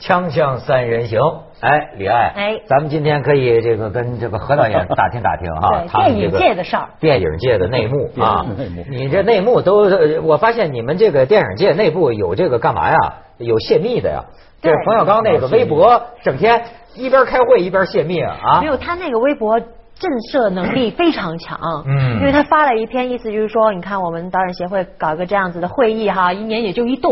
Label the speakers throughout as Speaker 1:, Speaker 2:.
Speaker 1: 锵锵三人行，哎，李艾，
Speaker 2: 哎
Speaker 1: 咱们今天可以这个跟这个何导演打听打听哈、
Speaker 2: 对
Speaker 1: 啊他们
Speaker 2: 电
Speaker 1: 这
Speaker 2: 影
Speaker 1: 个
Speaker 2: 界的事儿
Speaker 1: 电影界的内幕啊
Speaker 3: 电影内幕，
Speaker 1: 你这内幕都，呃我发现你们这个电影界内部有这个干嘛呀？有泄密的呀？这
Speaker 2: 对
Speaker 1: 是冯小刚那个微博整天一边开会一边泄密啊啊
Speaker 2: 没！有，他那个微博震慑能 力非常强。
Speaker 1: 嗯
Speaker 2: 因为他发了一篇，意思就是说，你看我们导演协会搞个这样子的会议哈，一年也就一度。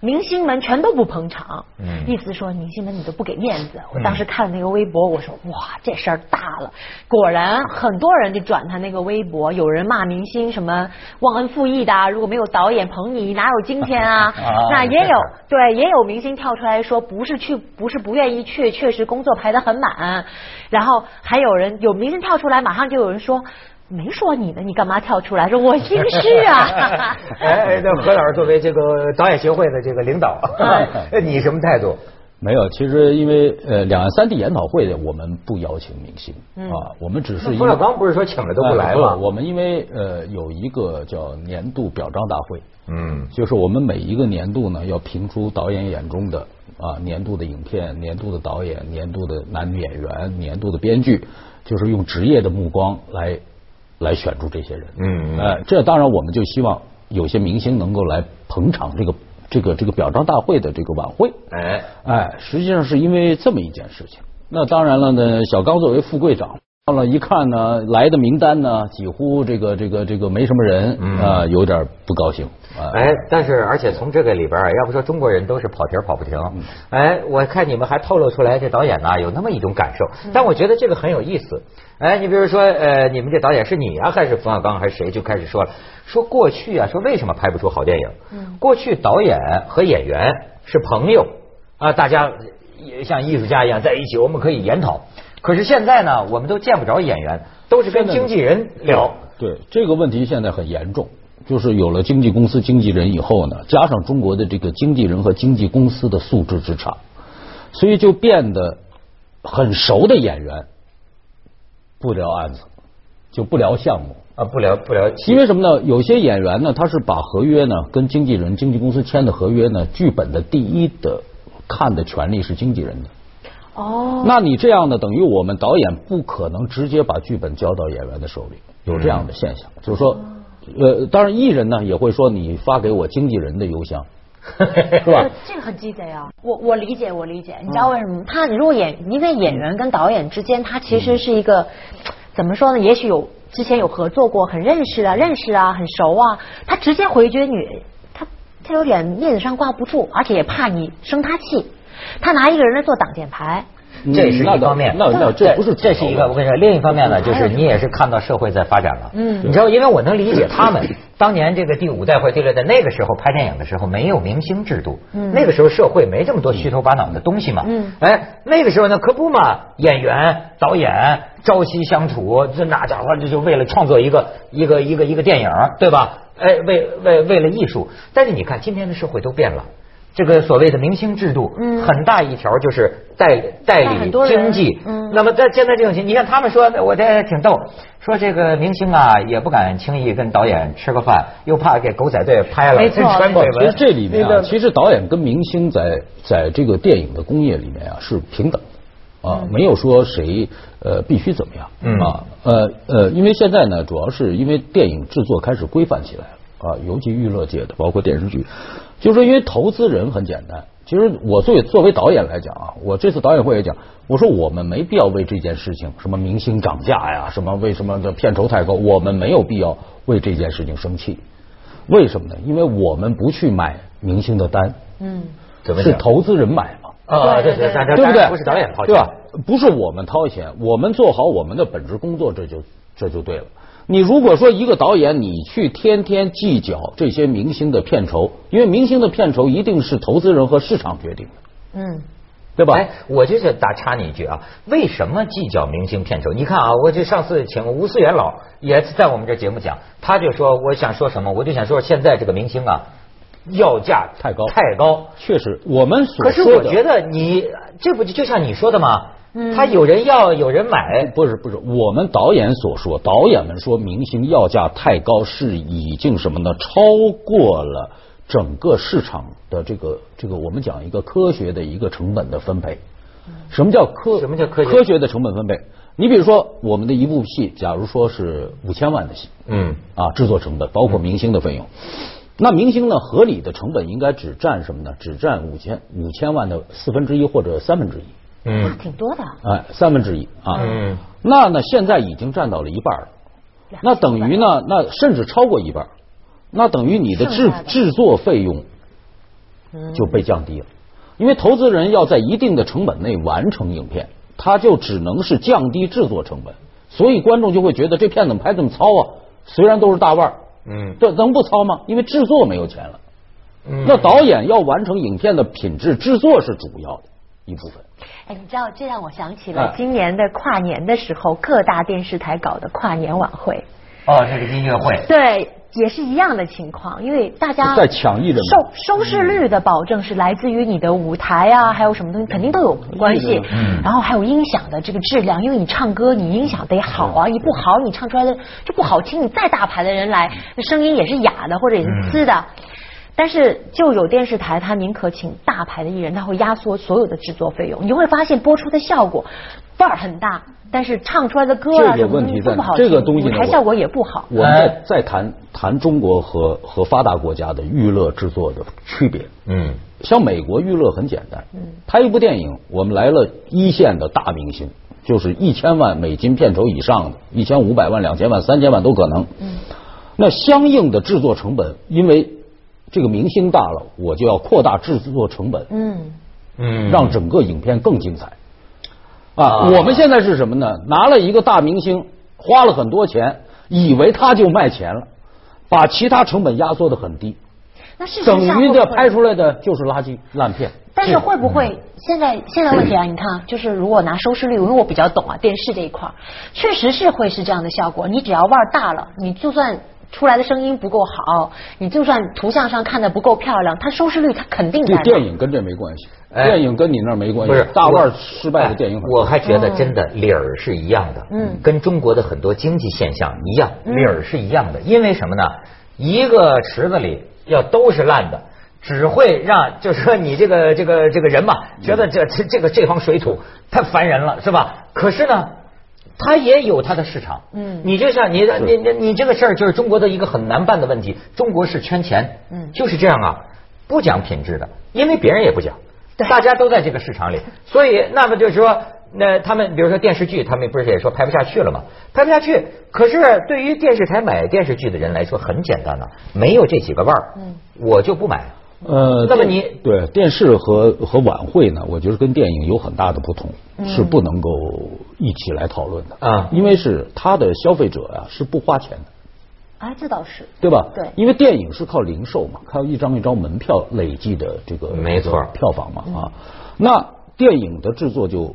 Speaker 2: 明星们全都不捧场，
Speaker 1: 嗯
Speaker 2: 意思说明星们你都不给面子。我当时看那个微博，我说哇，这事儿大了。果然很多人就转他那个微博，有人骂明星什么忘恩负义的啊，如果没有导演捧你，哪有今天啊？
Speaker 1: 啊
Speaker 2: 那也
Speaker 1: 这事
Speaker 2: 有
Speaker 1: 儿。
Speaker 2: 对，也有明星跳出来说，不是去，不是不愿意去，确实工作排得很满。然后还有人有明星跳出来，马上就有人说，没说你呢，你干嘛跳出来？说我心虚啊
Speaker 1: 哎哎，那何老师作为这个导演协会的这个领 导，哎你什么态度？
Speaker 3: 没有，其实因为呃，两岸三地研讨会我们不邀请明星、啊，我们只是因
Speaker 1: 冯
Speaker 3: 为
Speaker 1: 小刚不是说请了都不来
Speaker 3: 呃
Speaker 1: 吗？
Speaker 3: 我们因为呃有一个叫年度表彰大会，
Speaker 1: 嗯
Speaker 3: 就是我们每一个年度呢要评出导演眼中的啊年度的影片、年度的导演、年度的男女演员、年度的编剧，就是用职业的目光来来选出这些人。
Speaker 1: 嗯
Speaker 3: 呃，这当然我们就希望有些明星能够来捧场这个这个这个表彰大会的这个晚会。
Speaker 1: 哎，
Speaker 3: 哎，实际上是因为这么一件事情。那当然了呢，小刚作为副会长，到了一看呢，来的名单呢，几乎这个这个这个没什么人啊、
Speaker 1: 嗯
Speaker 3: 有点不高兴啊。
Speaker 1: 哎，但是而且从这个里边儿，啊要不说中国人都是跑题儿跑不停。哎，我看你们还透露出来，这导演呢、有那么一种感受，但我觉得这个很有意思。哎，你比如说，呃，你们这导演是你啊，还是冯小刚，还是谁就开始说了，说过去啊，说为什么拍不出好电影？过去导演和演员是朋友啊，大家也像艺术家一样在一起，我们可以研讨。可是现在呢，我们都见不着演员，都是跟
Speaker 3: 现在
Speaker 1: 经纪人聊。
Speaker 3: 对这个问题现在很严重，就是有了经纪公司、经纪人以后呢，加上中国的这个经纪人和经纪公司的素质之差，所以就变得很熟的演员不聊案子，就不聊项目。
Speaker 1: 啊，不聊不聊，
Speaker 3: 因为什么呢？有些演员呢，他是把合约呢跟经纪人、经纪公司签的合约呢，剧本的第一的看的权利是经纪人的。
Speaker 2: 哦，
Speaker 3: 那你这样呢，等于我们导演不可能直接把剧本交到演员的手里，有这样的现
Speaker 1: 嗯
Speaker 3: 象，就是说，呃，当然艺人呢也会说你发给我经纪人的邮箱， 是吧？
Speaker 2: 呃
Speaker 3: 嗯
Speaker 2: 这个很鸡贼啊！我我理解，我理解。你知道为什么？他如果演，因为演员跟导演之间，他其实是一个、怎么说呢？也许有之前有合作过，很认识啊，认识啊，很熟啊。他直接回绝你，他他有点面子上挂不住，而且也怕你生他气。他拿一个人来做挡箭牌，
Speaker 1: 这是
Speaker 3: 嗯那
Speaker 1: 一
Speaker 3: 倒
Speaker 1: 方面，
Speaker 3: 那那这不是
Speaker 1: 这
Speaker 3: 主
Speaker 1: 是
Speaker 3: 流嗯
Speaker 1: 一个。我跟你说，另一方面呢，就是你也是看到社会在发展了。
Speaker 2: 嗯
Speaker 1: 你知道，因为我能理解他们当年这个第五代或第六代那个时候拍电影的时候没有明星制度，
Speaker 2: 嗯
Speaker 1: 那个时候社会没这么多虚头巴脑的东西嘛。
Speaker 2: 嗯
Speaker 1: 哎，那个时候呢，可不嘛，演员、导演朝夕相处，这那家伙这就为了创作一个一个一个一个电影，对吧？哎，为为为了艺术。但是你看，今天的社会都变了。这个所谓的明星制度，
Speaker 2: 嗯
Speaker 1: 很大一条就是代代
Speaker 2: 带
Speaker 1: 理
Speaker 2: 很多人
Speaker 1: 经济，
Speaker 2: 嗯
Speaker 1: 那么在现在这种情，你看他们说，我这挺逗，说这个明星啊也不敢轻易跟导演吃个饭，又怕给狗仔队拍了，
Speaker 2: 没错
Speaker 1: 传
Speaker 3: 不
Speaker 1: 绯，
Speaker 3: 哦其实
Speaker 1: 闻。
Speaker 3: 这里面
Speaker 1: 那
Speaker 3: 啊，
Speaker 1: 个
Speaker 3: 其实导演跟明星在在这个电影的工业里面啊是平等的啊，没有说谁呃必须怎么样
Speaker 1: 嗯
Speaker 3: 啊，呃呃，因为现在呢，主要是因为电影制作开始规范起来了啊，尤其娱乐界的，包括电视剧，就是因为投资人很简单。其实我作为作为导演来讲啊，我这次导演会也讲，我说我们没必要为这件事情，什么明星涨价呀，什么为什么的片酬太高，我们没有必要为这件事情生气。为什么呢？因为我们不去买明星的单，
Speaker 2: 嗯，
Speaker 1: 怎么
Speaker 3: 是
Speaker 1: 讲
Speaker 3: 投资人买嘛，
Speaker 1: 啊，对
Speaker 2: 对
Speaker 1: 对，
Speaker 2: 对
Speaker 1: 咱这
Speaker 3: 对不
Speaker 1: 当然
Speaker 3: 对？
Speaker 1: 不是导演掏
Speaker 3: 对
Speaker 1: 钱
Speaker 3: 吧，？不是我们掏钱，我们做好我们的本职工作，这就这就对了。你如果说一个导演，你去天天计较这些明星的片酬，因为明星的片酬一定是投资人和市场决定的，
Speaker 2: 嗯，
Speaker 3: 对吧？
Speaker 1: 哎，我就想打插你一句啊，为什么计较明星片酬？你看啊，我就上次请吴思源老也在我们这节目讲，他就说我想说什么，我就想说现在这个明星啊，要价
Speaker 3: 太高
Speaker 1: 太高。
Speaker 3: 确实，我们所
Speaker 1: 可是
Speaker 3: 说的
Speaker 1: 我觉得你这不就就像你说的吗？
Speaker 2: 嗯
Speaker 1: 他有人要，有人买。
Speaker 3: 不是不是，我们导演所说，导演们说明星要价太高，是已经什么呢？超过了整个市场的这个这个我们讲一个科学的一个成本的分配。什么叫科？
Speaker 1: 什么叫科学
Speaker 3: 科学的成本分配？你比如说，我们的一部戏，假如说是五千万的戏，
Speaker 1: 嗯
Speaker 3: 啊，制作成本包括明星的费用。那明星呢，合理的成本应该只占什么呢？只占五千五千万的四分之一或者三分之一，
Speaker 2: 那
Speaker 1: 嗯
Speaker 2: 挺多的，
Speaker 3: 哎，三分之一啊。
Speaker 1: 嗯。
Speaker 3: 那呢，现在已经占到了一半了，那等于呢，那甚至超过一半，那等于你的
Speaker 2: 剩
Speaker 3: 制
Speaker 2: 下的嗯
Speaker 3: 制作费用就被降低了，因为投资人要在一定的成本内完成影片，他就只能是降低制作成本，所以观众就会觉得这片怎么拍这么糙啊？虽然都是大腕儿，
Speaker 1: 嗯
Speaker 3: 这能不糙吗？因为制作没有钱了。
Speaker 1: 嗯
Speaker 3: 那导演要完成影片的品质，制作是主要的一部分。
Speaker 2: 哎，你知道，这让我想起了
Speaker 3: 哎
Speaker 2: 今年的跨年的时候，各大电视台搞的跨年晚会，
Speaker 1: 哦，这个音乐会，
Speaker 2: 对，也是一样的情况，因为大家
Speaker 3: 在抢艺人嘛
Speaker 2: 收收视率的保证是来自于你的舞台
Speaker 3: 嗯
Speaker 2: 啊，还有什么东西肯定都有关系，然后还有音响的这个质量，因为你唱歌你音响得好
Speaker 3: 嗯
Speaker 2: 啊，一不好你唱出来的就不好听，你再大牌的人来，那声音也是哑的或者也是呲的。但是就有电视台，他宁可请大牌的艺人，他会压缩所有的制作费用。你会发现播出的效果范儿很大，但是唱出来的歌啊
Speaker 3: 这
Speaker 2: 什
Speaker 3: 个
Speaker 2: 么
Speaker 3: 问题
Speaker 2: 的都
Speaker 3: 在
Speaker 2: 不
Speaker 3: 哪
Speaker 2: 好？听，
Speaker 3: 这个东西
Speaker 2: 舞
Speaker 3: 呢，
Speaker 2: 台
Speaker 3: 我
Speaker 2: 效果也不好。
Speaker 3: 我们
Speaker 1: 哎
Speaker 3: 在在谈谈中国和和发达国家的娱乐制作的区别。
Speaker 1: 嗯
Speaker 3: 像美国娱乐很简单，拍一部电影，我们来了一线的大明星，就是一千万美金片酬以上的，一千五百万、两千万、三千万都可能。
Speaker 2: 嗯
Speaker 3: 那相应的制作成本，因为这个明星大了，我就要扩大制作成本，
Speaker 2: 嗯，
Speaker 1: 嗯，
Speaker 3: 让整个影片更精彩。啊，
Speaker 1: 啊
Speaker 3: 我们现在是什么呢？拿了一个大明星，花了很多钱，以为他就卖钱了，把其他成本压缩的很低，
Speaker 2: 那事实上
Speaker 3: 等于
Speaker 2: 会
Speaker 3: 这
Speaker 2: 不会
Speaker 3: 拍出来的就是垃圾烂片。
Speaker 2: 但是会不会现在现在问题啊？你看啊，就是如果拿收视率，因为我比较懂啊，电视这一块儿确实是会是这样的效果。你只要腕儿大了，你就算出来的声音不够好，你就算图像上看的不够漂亮，它收视率它肯定在
Speaker 3: 这
Speaker 2: 那儿。
Speaker 3: 电影跟这没关系，
Speaker 1: 哎
Speaker 3: 电影跟你那儿没关系。大腕儿失败的电影很
Speaker 1: 我
Speaker 3: 多。
Speaker 1: 还觉得真的理儿是一样的，嗯，跟中国的很多经济现象一样，理儿是一样的。因为什么呢？一个池子里要都是烂的。只会让，就是说你这个这个这个人嘛，觉得
Speaker 3: 嗯
Speaker 1: 这这这个这方水土太烦人了，是吧？可是呢，它也有它的市场。
Speaker 2: 嗯
Speaker 1: 你就像你你你你这个事儿，就是中国的一个很难办的问题。中国是圈钱，
Speaker 2: 嗯
Speaker 1: 就是这样啊，不讲品质的，因为别人也不讲，
Speaker 2: 对
Speaker 1: 大家都在这个市场里，所以那么就是说，那他们比如说电视剧，他们不是也说拍不下去了吗？拍不下去，可是对于电视台买电视剧的人来说很简单了、没有这几个腕儿，
Speaker 2: 嗯
Speaker 1: 我就不买。
Speaker 3: 呃
Speaker 1: 那么
Speaker 3: 电
Speaker 1: 你
Speaker 3: 对电视和和晚会呢，我觉得跟电影有很大的不同，
Speaker 2: 嗯
Speaker 3: 是不能够一起来讨论的
Speaker 1: 啊
Speaker 3: 因为是它的消费者啊是不花钱的。
Speaker 2: 哎，这倒是。
Speaker 3: 对吧？
Speaker 2: 对
Speaker 3: 因为电影是靠零售嘛，靠一张一张门票累计的这个
Speaker 1: 没错
Speaker 3: 这个票房嘛啊。那电影的制作就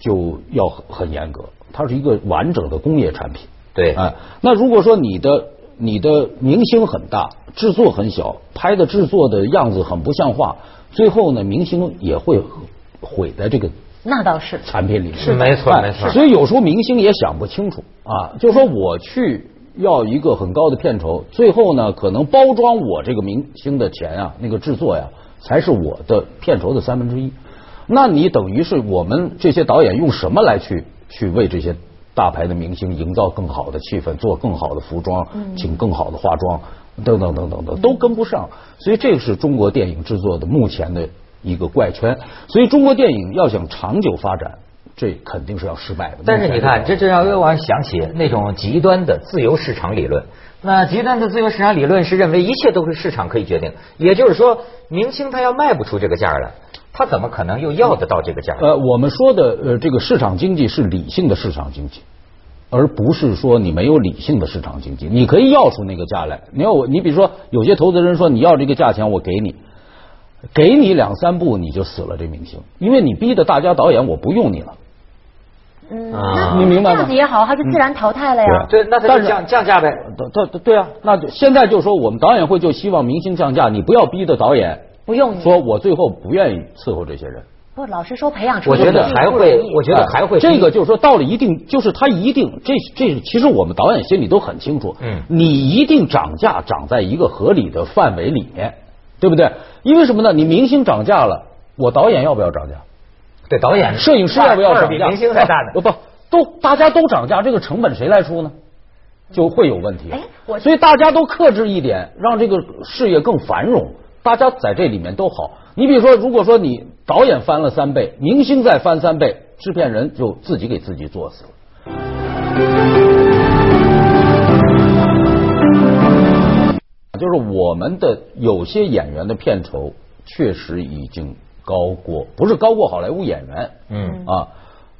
Speaker 3: 就要很很严格，它是一个完整的工业产品。
Speaker 1: 对
Speaker 3: 哎，那如果说你的你的明星很大，制作很小，拍的制作的样子很不像话，最后呢，明星也会毁在这个
Speaker 2: 那倒是，
Speaker 3: 产品里面。
Speaker 1: 是的没错
Speaker 3: 哎
Speaker 1: 没错
Speaker 3: 所以有时候明星也想不清楚啊，就说我去要一个很高的片酬，最后呢，可能包装我这个明星的钱啊，那个制作呀，才是我的片酬的三分之一。那你等于是我们这些导演用什么来去去为这些大牌的明星营造更好的气氛，做更好的服装，请更好的化妆，等等等等等，都跟不上。所以这个是中国电影制作的目前的一个怪圈。所以中国电影要想长久发展，这肯定是要失败的。
Speaker 1: 但是你看，
Speaker 3: 目前
Speaker 1: 这就让又让我想起那种极端的自由市场理论。那极端的自由市场理论是认为一切都是市场可以决定，也就是说，明星他要卖不出这个价儿来，他怎么可能又要得到这个价儿？
Speaker 3: 呃，我们说的呃，这个市场经济是理性的市场经济，而不是说你没有理性的市场经济。你可以要出那个价来，你要我，你比如说，有些投资人说你要这个价钱，我给你，给你两三步你就死了这明星，因为你逼的大家导演我不用你了。
Speaker 2: 嗯，
Speaker 1: 啊
Speaker 2: 那
Speaker 3: 你明白
Speaker 2: 这
Speaker 3: 吗
Speaker 2: 样子也好，它就自然淘汰了呀。
Speaker 3: 对
Speaker 1: 对，那他
Speaker 3: 但
Speaker 1: 就是降降价呗。
Speaker 3: 对对对对啊，那就现在就是说，我们导演会就希望明星降价，你不要逼的导演
Speaker 2: 不用你
Speaker 3: 说我最后不愿意伺候这些人，
Speaker 2: 不，老实说，培养出
Speaker 1: 我觉
Speaker 2: 这
Speaker 1: 得
Speaker 2: 种
Speaker 1: 还
Speaker 2: 不容
Speaker 1: 会，
Speaker 2: 易
Speaker 1: 我觉得还会
Speaker 3: 哎这个就是说道理一定就是他一定这这其实我们导演心里都很清楚，
Speaker 1: 嗯
Speaker 3: 你一定涨价涨在一个合理的范围里面，对不对？因为什么呢？你明星涨价了，我导演要不要涨价？
Speaker 1: 对导演、
Speaker 3: 摄影师要不要
Speaker 1: 嗯腕儿
Speaker 3: 涨
Speaker 1: 比
Speaker 3: 价？
Speaker 1: 明星还大呢
Speaker 3: 不。不，都大家都涨价，这个成本谁来出呢？就会有问题啊
Speaker 2: 哎我。
Speaker 3: 所以大家都克制一点，让这个事业更繁荣，大家在这里面都好。你比如说，如果说你导演翻了三倍，明星再翻三倍，制片人就自己给自己作死了。就是我们的有些演员的片酬确实已经高过，不是高过好莱坞演员，
Speaker 1: 嗯
Speaker 3: 啊，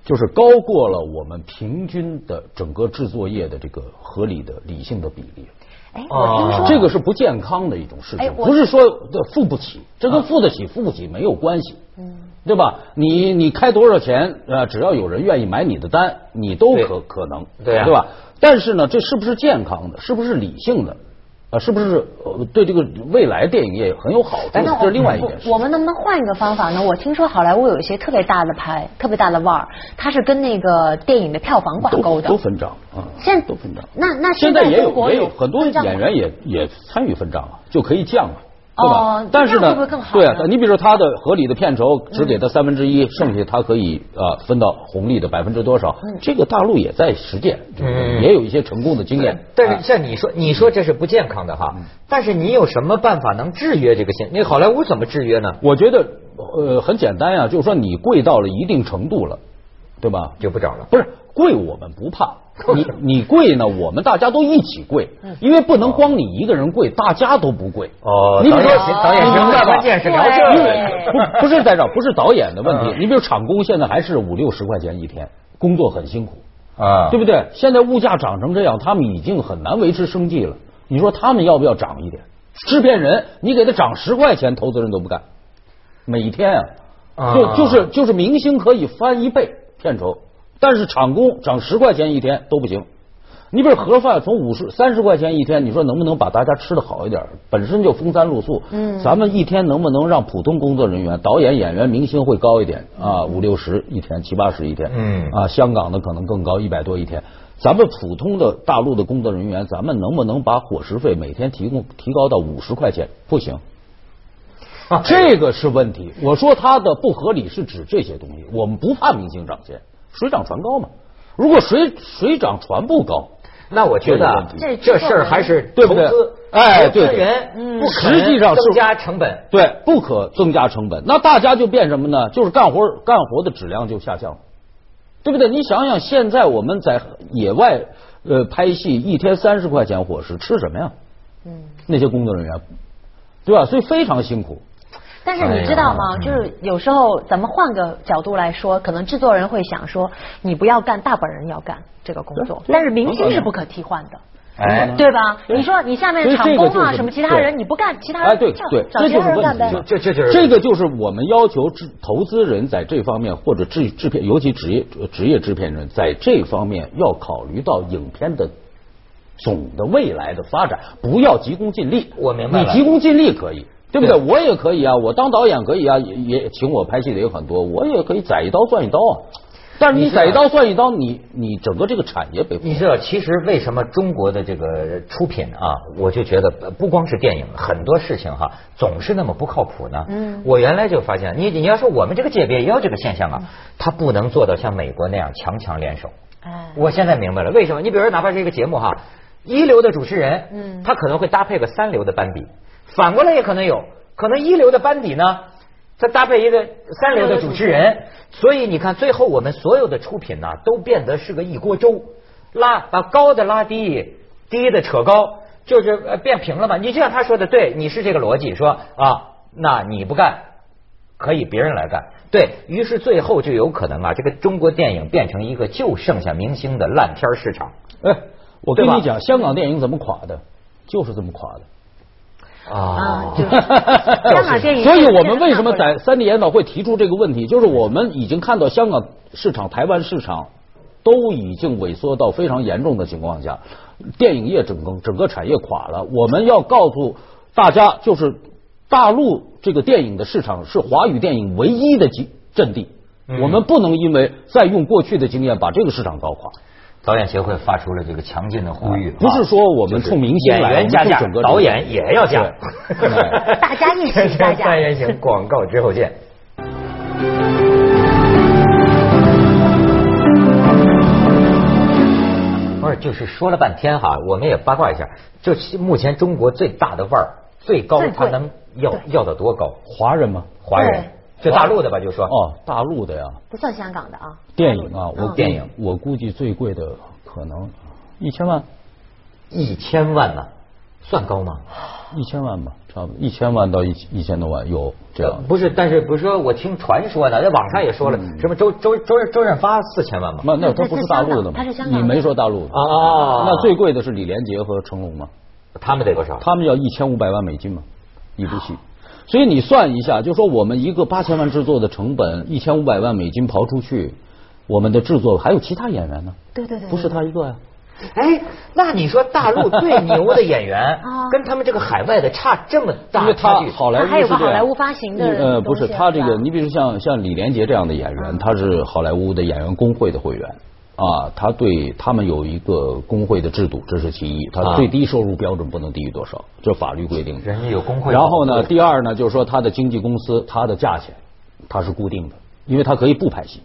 Speaker 3: 就是高过了我们平均的整个制作业的这个合理的理性的比例。
Speaker 2: 哎，我听说
Speaker 1: 哦
Speaker 3: 这个是不健康的一种事
Speaker 2: 哎
Speaker 3: 情，
Speaker 2: 我啊
Speaker 3: 不是说呃付不起，这跟付得起、付不起没有关系，
Speaker 2: 嗯
Speaker 3: 对吧？你你开多少钱，呃，只要有人愿意买你的单，你都
Speaker 1: 对
Speaker 3: 可可能，
Speaker 1: 对啊
Speaker 3: 对吧？但是呢，这是不是健康的？是不是理性的？啊，是不是呃对这个未来电影业很有好处？
Speaker 2: 哎那我
Speaker 3: 这是另外一件事
Speaker 2: 我。我。们能不能换一个方法呢？我听说好莱坞有一些特别大的牌，特别大的腕儿，它是跟那个电影的票房挂钩
Speaker 3: 都
Speaker 2: 的。
Speaker 3: 都分账 啊，
Speaker 2: 现
Speaker 3: 都分账。
Speaker 2: 那那
Speaker 3: 现
Speaker 2: 现
Speaker 3: 在
Speaker 2: 在
Speaker 3: 也
Speaker 2: 中
Speaker 3: 有
Speaker 2: 国
Speaker 3: 也
Speaker 2: 有
Speaker 3: 有很多
Speaker 2: 分账吗
Speaker 3: 演员也也参与分账啊，就可以降啊。对吧
Speaker 2: 哦？
Speaker 3: 但
Speaker 2: 这
Speaker 3: 是
Speaker 2: 样
Speaker 3: 呢
Speaker 2: 会不会更，好
Speaker 3: 对啊
Speaker 2: 呢，嗯
Speaker 3: 你比如说他的合理的片酬只给他三分之一，剩下他可以呃分到红利的百分之多少？
Speaker 2: 嗯
Speaker 3: 这个大陆也在实践，这个
Speaker 1: 嗯
Speaker 3: 也有一些成功 的经验。
Speaker 1: 但是
Speaker 3: 啊
Speaker 1: 像你说，你说这是不健康的哈，但是你有什么办法能制约这个现？那好莱坞怎么制约呢？
Speaker 3: 我觉得呃很简单呀，就是说你贵到了一定程度了，对吧？
Speaker 1: 就不找了。
Speaker 3: 不是贵，我们不怕。 你你贵呢，我们大家都一起贵，
Speaker 2: 嗯
Speaker 3: 因为不能光你一个人贵，大家都不贵。
Speaker 1: 哦
Speaker 3: 你比如说
Speaker 1: 导演
Speaker 3: 你明
Speaker 1: 行，
Speaker 3: 白吧
Speaker 1: 关键是聊这
Speaker 3: 因
Speaker 1: 个。
Speaker 3: 为不不是在这儿，不是导演的问题。
Speaker 1: 嗯
Speaker 3: 你比如厂工现在还是五六十块钱一天，工作很辛苦，
Speaker 1: 啊
Speaker 3: 对不对？现在物价涨成这样，他们已经很难维持生计了。你说他们要不要涨一点？制片人，你给他涨十块钱，投资人都不干。每天啊，
Speaker 1: 啊
Speaker 3: 就就是就是明星可以翻一倍片酬，但是厂工涨十块钱一天都不行。你比如盒饭从五十三十块钱一天，你说能不能把大家吃的好一点？本身就风餐露宿，嗯，咱们一天能不能让普通工作人员、导演、演员、明星会高一点啊？五六十一天，七八十一天，
Speaker 1: 嗯
Speaker 3: 啊，香港的可能更高，一百多一天。咱们普通的大陆的工作人员，咱们能不能把伙食费每天提供提高到五十块钱？不行，这个是问题。我说它的不合理是指这些东西，我们不怕明星涨钱，水涨船高嘛。如果水水涨船不高，
Speaker 1: 那我觉得啊
Speaker 3: 这
Speaker 2: 个
Speaker 1: 这事儿还是
Speaker 3: 对不对
Speaker 1: 投资
Speaker 3: 哎
Speaker 1: 投资
Speaker 3: 对对
Speaker 1: 人
Speaker 3: 嗯
Speaker 1: 不肯
Speaker 3: 实际上是
Speaker 1: 增加成本。
Speaker 3: 对，不可增加成本。那大家就变什么呢？就是干活干活的质量就下降了，对不对？你想想，现在我们在野外呃拍戏，一天三十块钱伙食，吃什么呀？嗯，那些工作人员，对吧？所以非常辛苦。
Speaker 2: 但是你知道
Speaker 3: 哎
Speaker 2: 吗？就是有时候咱们换个角度来说，可能制作人会想说，你不要干，大本人要干这个工作，
Speaker 3: 对
Speaker 2: 但是明
Speaker 3: 能
Speaker 2: 星
Speaker 3: 干
Speaker 2: 是
Speaker 3: 吗
Speaker 2: 不可替换的。
Speaker 1: 哎，
Speaker 2: 对吧？你说你下面
Speaker 3: 所以
Speaker 2: 厂
Speaker 3: 这个
Speaker 2: 工
Speaker 3: 就
Speaker 2: 啊，
Speaker 3: 是
Speaker 2: 什么其他人
Speaker 3: 对
Speaker 2: 你不干，其他
Speaker 3: 哎，
Speaker 2: 人
Speaker 3: 对
Speaker 2: 叫
Speaker 3: 对，
Speaker 2: 找
Speaker 3: 这
Speaker 2: 其
Speaker 3: 就
Speaker 2: 他
Speaker 3: 是
Speaker 2: 人
Speaker 3: 问
Speaker 2: 干
Speaker 3: 题
Speaker 2: 呗。
Speaker 1: 就。这这就是
Speaker 3: 这个就是我们要求制投资人在这方面或者制制片，尤其职业呃职业制片人在这方面要考虑到影片的总的未来的发展，不要急功近利。
Speaker 1: 我明白了
Speaker 3: 你急功近利可以。对不对？
Speaker 1: 对
Speaker 3: 我也可以啊，我当导演可以啊，也也请我拍戏的有很多，我也可以宰一刀算一刀啊。但是你
Speaker 1: 你知道
Speaker 3: 宰一刀算一刀，你你整个这个产业被
Speaker 1: 你知道，其实为什么中国的这个出品啊，我就觉得呃不光是电影，很多事情哈、总是那么不靠谱呢？嗯，我原来就发现，你你要说我们这个界别也有这个现象啊，它不能做到像美国那样强强联手。
Speaker 2: 哎
Speaker 1: 我现在明白了，为什么？你比如说，哪怕是一个节目哈，一流的主持人，
Speaker 2: 嗯
Speaker 1: 他可能会搭配个三流的班底，反过来也可能有，可能一流的班底呢，他搭配一个三流的主持人，所以你看，最后我们所有的出品呐、都变得是个一锅粥，拉把高的拉低，低的扯高，就是呃变平了嘛。你就像他说的，对，你是这个逻辑，说啊，那你不干，可以别人来干。对于是最后就有可能啊，这个中国电影变成一个就剩下明星的烂片儿市场
Speaker 3: 哎，我跟
Speaker 1: 对吧
Speaker 3: 你讲，香港电影怎么垮的，就是这么垮的。
Speaker 2: 啊， 就是香港电影。
Speaker 3: 所以我们为什么在三 D 研讨会提出这个问题？就是我们已经看到香港市场、台湾市场都已经萎缩到非常严重的情况下，电影业整个整个产业垮了。我们要告诉大家，就是大陆这个电影的市场是华语电影唯一的机阵地。
Speaker 1: 嗯
Speaker 3: 我们不能因为再用过去的经验把这个市场搞垮。
Speaker 1: 导演协会发出了这个强劲的呼吁，
Speaker 3: 不是说我们冲明星
Speaker 1: 演
Speaker 3: 来，
Speaker 1: 员加
Speaker 3: 我们冲
Speaker 1: 价
Speaker 3: 整个，
Speaker 1: 导演也要加
Speaker 3: 对嗯，
Speaker 2: 大家一起加价
Speaker 1: 三人行广告之后见。不是，就是说了半天哈，我们也八卦一下，就是目前中国最大的腕儿最高
Speaker 2: 最，
Speaker 1: 它
Speaker 2: 贵
Speaker 1: 能要要到多高？
Speaker 3: 华人吗？
Speaker 1: 华人，就大陆的吧，就说
Speaker 3: 哦，大陆的呀，
Speaker 2: 不算香港的啊。
Speaker 3: 电影啊，我
Speaker 2: 嗯
Speaker 1: 电影
Speaker 3: 我估计最贵的可能一千万，
Speaker 1: 一千万呢，算高吗？
Speaker 3: 一千万吧，差不多一千万到一一千多万有这样
Speaker 2: 嗯
Speaker 1: 呃。不是，但是不是说我听传说呢，在网上也说了，什么周周周周润发四千万嘛，
Speaker 3: 那那
Speaker 2: 那
Speaker 3: 他
Speaker 2: 他
Speaker 3: 不是
Speaker 2: 是
Speaker 3: 大
Speaker 2: 香港
Speaker 3: 陆的吗
Speaker 2: 他是？香港
Speaker 3: 你
Speaker 2: 的
Speaker 3: 没说大陆的
Speaker 1: 啊啊啊
Speaker 3: 那最贵的是李连杰和成龙吗？
Speaker 1: 他们得多少？
Speaker 3: 他们要一千五百万美金嘛，一部戏。所以你算一下，就说我们一个八千万制作的成本，一千五百万美金刨出去，我们的制作还有其他演员呢，
Speaker 2: 对对对，
Speaker 3: 不是他一个啊呀、
Speaker 1: 哎，那你说大 陆最牛的演员
Speaker 2: 啊，
Speaker 1: 跟他们这个海外的差这么
Speaker 3: 因
Speaker 1: 大
Speaker 3: 为
Speaker 1: 差
Speaker 3: 他
Speaker 1: 距？
Speaker 3: 好莱坞
Speaker 2: 他还有
Speaker 3: 是这
Speaker 2: 个
Speaker 3: 样
Speaker 2: 好莱坞发行的
Speaker 3: 呃，不是
Speaker 2: 东西啊
Speaker 3: 他这
Speaker 2: 是
Speaker 3: 个，
Speaker 2: 吧
Speaker 3: 你比如像像李连杰这样的演员，他是好莱坞的演员工会的会员啊，他对他们有一个工会的制度，这是其一，他
Speaker 1: 啊
Speaker 3: 最低收入标准不能低于多少，这法律规定的。
Speaker 1: 人家有工会，
Speaker 3: 然后呢，第二呢，就是说他的经纪公司，他的价钱它是固定的，因为他可以不拍戏。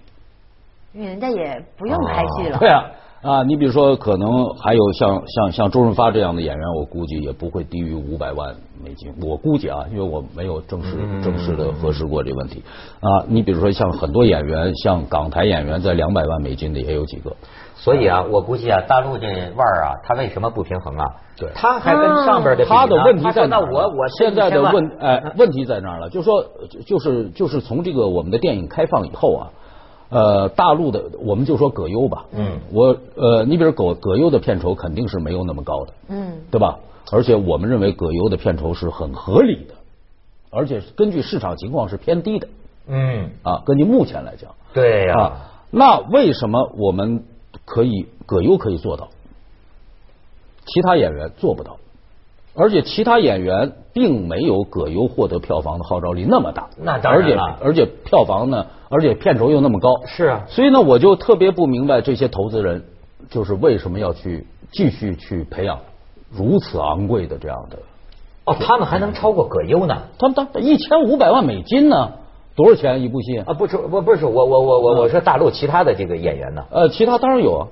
Speaker 2: 因为人家也不用拍戏了。
Speaker 3: 对啊，啊，你比如说，可能还有像像像周润发这样的演员，我估计也不会低于五百万美金。我估计啊，因为我没有正式
Speaker 1: 嗯
Speaker 3: 正式的核实过这个问题啊。你比如说，像很多演员，像港台演员，在两百万美金的也有几个。
Speaker 1: 所以啊，我估计啊，大陆这腕儿啊，他为什么不平衡啊？
Speaker 3: 对
Speaker 1: 他还跟上边的比呢
Speaker 3: 他的问题
Speaker 1: 啊他说
Speaker 3: 在哪
Speaker 1: 那
Speaker 3: 儿呢？
Speaker 1: 我我
Speaker 3: 现在的
Speaker 1: 1000万
Speaker 3: 问呃问题在哪儿了？就说就就是就是从这个我们的电影开放以后啊，呃，大陆的我们就说葛优吧，
Speaker 1: 嗯，
Speaker 3: 我呃，你比如葛葛优的片酬肯定是没有那么高的，
Speaker 2: 嗯，
Speaker 3: 对吧？而且我们认为葛优的片酬是很合理的，而且是根据市场情况是偏低的
Speaker 1: 嗯，
Speaker 3: 啊，根据目前来讲
Speaker 1: 对哎呀、
Speaker 3: 啊，那为什么我们可以葛优可以做到，其他演员做不到？而且其他演员并没有葛优获得票房的号召力那么大，
Speaker 1: 那当然
Speaker 3: 而且
Speaker 1: 了
Speaker 3: 而且票房呢，而且片酬又那么高，
Speaker 1: 是啊
Speaker 3: 所以呢，我就特别不明白这些投资人就是为什么要去继续去培养如此昂贵的这样的，
Speaker 1: 哦，他们还能超过葛优呢。
Speaker 3: 他们他一千五百万美金呢，多少钱一部戏？
Speaker 1: 啊，不是，我不是，我我我我我说大陆其他的这个演员呢，
Speaker 3: 呃，其他当然有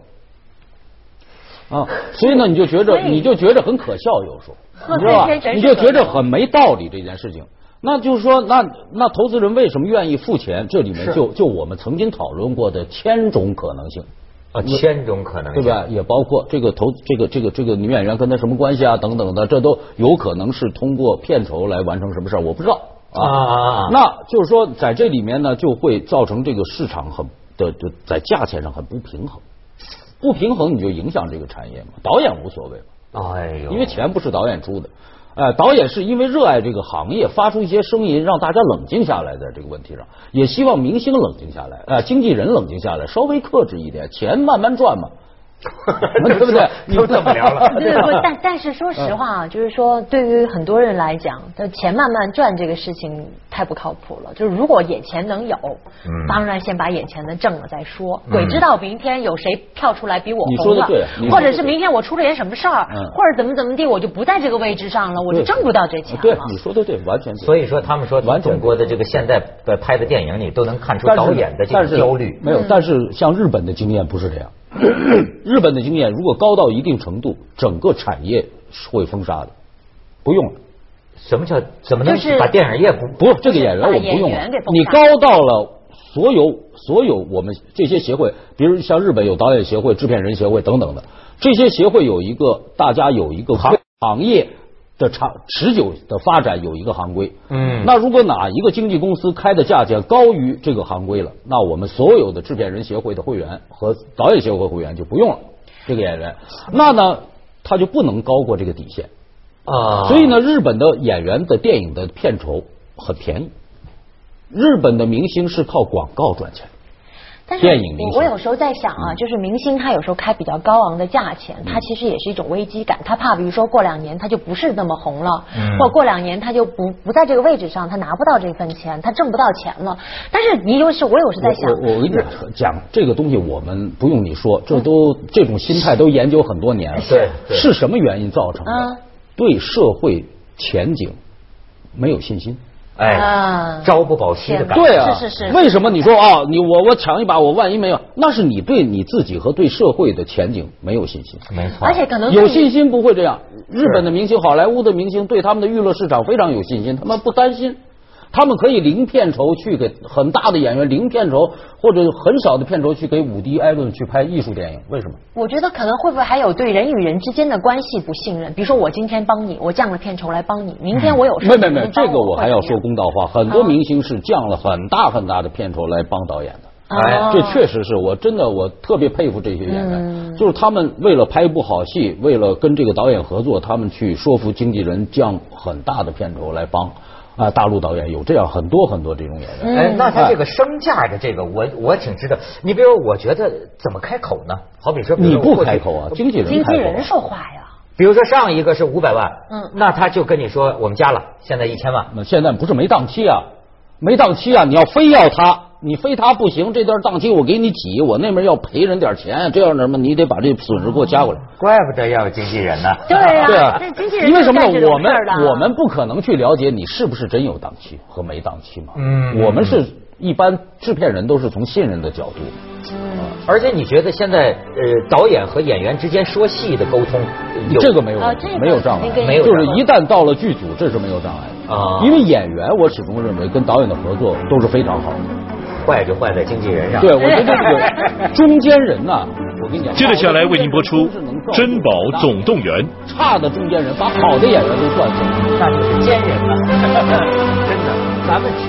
Speaker 3: 啊，啊，所以呢，你就觉着
Speaker 2: 所以
Speaker 3: 你就觉着很可笑，有时候，
Speaker 2: 贺
Speaker 3: 你知道吧
Speaker 2: 岁片真？是
Speaker 3: 你就觉着很没道理这件事情。那就是说，那那投资人为什么愿意付钱？这里面
Speaker 1: 是
Speaker 3: 就就我们曾经讨论过的千种可能性，
Speaker 1: 啊，千种可能
Speaker 3: 对
Speaker 1: 性，
Speaker 3: 吧？也包括这个投这个这个这个女演员跟她什么关系啊等等的，这都有可能是通过片酬来完成什么事儿，我不知道
Speaker 1: 啊啊啊！
Speaker 3: 那就是说，在这里面呢，就会造成这个市场很的的在价钱上很不平衡，不平衡你就影响这个产业嘛。导演无所谓嘛，
Speaker 1: 那哎呦，
Speaker 3: 因为钱不是导演出的，呃，导演是因为热爱这个行业，发出一些声音，让大家冷静下来，在这个问题上，也希望明星冷静下来，呃，经纪人冷静下来，稍微克制一点，钱慢慢赚 嘛，对不对？你
Speaker 1: 又怎么聊
Speaker 3: 啊
Speaker 1: 了？
Speaker 2: 对，不，但但是说实话
Speaker 3: 嗯
Speaker 2: 啊，就是说，对于很多人来讲，这钱慢慢赚这个事情太不靠谱了。就是如果眼前能有，
Speaker 3: 嗯
Speaker 2: 当然先把眼前的挣了再说。鬼知道明天有谁跳出来比我
Speaker 3: 你
Speaker 2: 红
Speaker 3: 说
Speaker 2: 了
Speaker 3: 得对你，说
Speaker 2: 或
Speaker 3: 得
Speaker 2: 者是明天我出了点什么事儿
Speaker 3: 嗯，
Speaker 2: 或者怎么怎么地，我就不在这个位置上了，我就
Speaker 3: 对
Speaker 2: 挣不到这钱
Speaker 3: 对
Speaker 2: 了，。
Speaker 3: 你说的对，完全对。
Speaker 1: 所以说，他们说
Speaker 3: 完全
Speaker 1: 中国的这个现在呃拍的电影里都能看出
Speaker 3: 但是
Speaker 1: 导演的这
Speaker 3: 但
Speaker 1: 个
Speaker 3: 是
Speaker 1: 焦虑。
Speaker 3: 没有，但是像日本的经验不是这样。日本的经验如果高到一定程度，整个产业是会封杀的，不用了。
Speaker 1: 什么叫怎么能
Speaker 2: 就是
Speaker 1: 把电影业不
Speaker 3: 不，这个演员我
Speaker 2: 把
Speaker 3: 不
Speaker 2: 演
Speaker 3: 用了
Speaker 2: 员给。封
Speaker 3: 你
Speaker 2: 杀
Speaker 3: 高到了所有所有我们这些协会，比如像日本有导演协会、制片人协会等等的，这些协会有一个大家有一个行行业的长持久的发展有一个行规。
Speaker 1: 嗯
Speaker 3: 那如果哪一个经纪公司开的价钱高于这个行规了，那我们所有的制片人协会的会员和导演协会会员就不用了这个演员。那呢，他就不能高过这个底线。
Speaker 1: 啊？
Speaker 3: 所以呢，日本的演员的电影的片酬很便宜，日本的明星是靠广告赚钱。
Speaker 2: 但
Speaker 3: 电影嗯明
Speaker 2: 我
Speaker 3: 星
Speaker 2: 我有时候在想啊，就是明星他有时候开比较高昂的价钱，
Speaker 3: 嗯
Speaker 2: 他其实也是一种危机感，他怕比如说过两年他就不是那么红了，
Speaker 1: 嗯
Speaker 2: 或者过两年他就不不在这个位置上，他拿不到这份钱，他挣不到钱了。但是你有时我有时在想
Speaker 3: 我，我我跟你讲，讲这个东西我们不用你说，这都这种心态都研究很多年了。
Speaker 1: 是对
Speaker 3: 是什么原因造成
Speaker 2: 嗯
Speaker 3: 的？对社会前景没有信心。
Speaker 1: 哎
Speaker 2: 啊，
Speaker 1: 朝不保夕的感觉。
Speaker 3: 对啊，
Speaker 2: 是是是
Speaker 3: 为什么你说啊、你我我抢一把，我万一没有，那是你对你自己和对社会的前景没有信心。
Speaker 1: 没错。
Speaker 2: 而且可能
Speaker 3: 有
Speaker 2: 自己
Speaker 3: 信心不会这样。日本的明星、好莱坞的明星对他们的娱乐市场非常有信心，他们不担心，他们可以零片酬去给很大的演员零片酬或者很少的片酬去给伍迪·艾伦去拍艺术电影，为什么？
Speaker 2: 我觉得可能会不会还有对人与人之间的关系不信任？比如说我今天帮你，我降了片酬来帮你，明天我有事
Speaker 3: 没
Speaker 2: 儿
Speaker 3: 没
Speaker 2: 你
Speaker 3: 没，
Speaker 2: 能帮
Speaker 3: 这个我还要说
Speaker 2: 或者
Speaker 3: 公道话，很多明星是降了很大很大的片酬来帮导演的。
Speaker 2: 怎么样
Speaker 1: 哎
Speaker 2: 哦
Speaker 3: 这确实是我真的我特别佩服这些演
Speaker 2: 嗯
Speaker 3: 员，就是他们为了拍一部好戏，为了跟这个导演合作，他们去说服经纪人降很大的片酬来帮啊大陆导演有这样很多很多这种演员。
Speaker 2: 嗯
Speaker 1: 哎，那他这个升价的这个，我我挺知道。你比如，我觉得怎么开口呢？好比说，比如
Speaker 3: 你
Speaker 1: 说我
Speaker 3: 不
Speaker 1: 过去
Speaker 3: 开口啊，经纪人
Speaker 2: 嗯经纪
Speaker 3: 开口
Speaker 2: 人
Speaker 3: 啊。
Speaker 2: 说话呀。
Speaker 1: 比如说上一个是五百万，
Speaker 2: 嗯
Speaker 1: 那他就跟你说我们加了，现在一千万，
Speaker 3: 那现在不是没档期啊，没档期啊，你要非要他，你非他不行，这段档期我给你挤，我那边要赔人点钱，这样的嘛，你得把这损失给我加过来。
Speaker 1: 怪不得要有经纪人呢。
Speaker 2: 对啊，
Speaker 3: 对啊
Speaker 2: 那经纪人
Speaker 3: 因为什么
Speaker 2: 干这
Speaker 3: 呢？
Speaker 2: 种
Speaker 3: 我们
Speaker 2: 事儿的啊
Speaker 3: 我们不可能去了解你是不是真有档期和没档期嘛。
Speaker 1: 嗯
Speaker 3: 我们是一般制片人都是从信任的角度，
Speaker 1: 而且你觉得现在呃，导演和演员之间说戏的沟通有
Speaker 3: 这个没有
Speaker 2: 啊这个
Speaker 3: 没有障碍
Speaker 2: 肯定，跟
Speaker 1: 没有
Speaker 3: 就
Speaker 1: 障碍
Speaker 3: 是一旦到了剧组，这是没有障碍的
Speaker 1: 啊
Speaker 3: 因为演员，我始终认为跟导演的合作都是非常 好的。
Speaker 1: 坏就坏在经纪人上。
Speaker 3: 对，我觉得这个中间人呐、我跟你讲，
Speaker 4: 接着下来为您播出《珍宝总动员》。
Speaker 3: 差的中间人把好的演员都赚走了。
Speaker 1: 那就是奸人了，真的，咱们。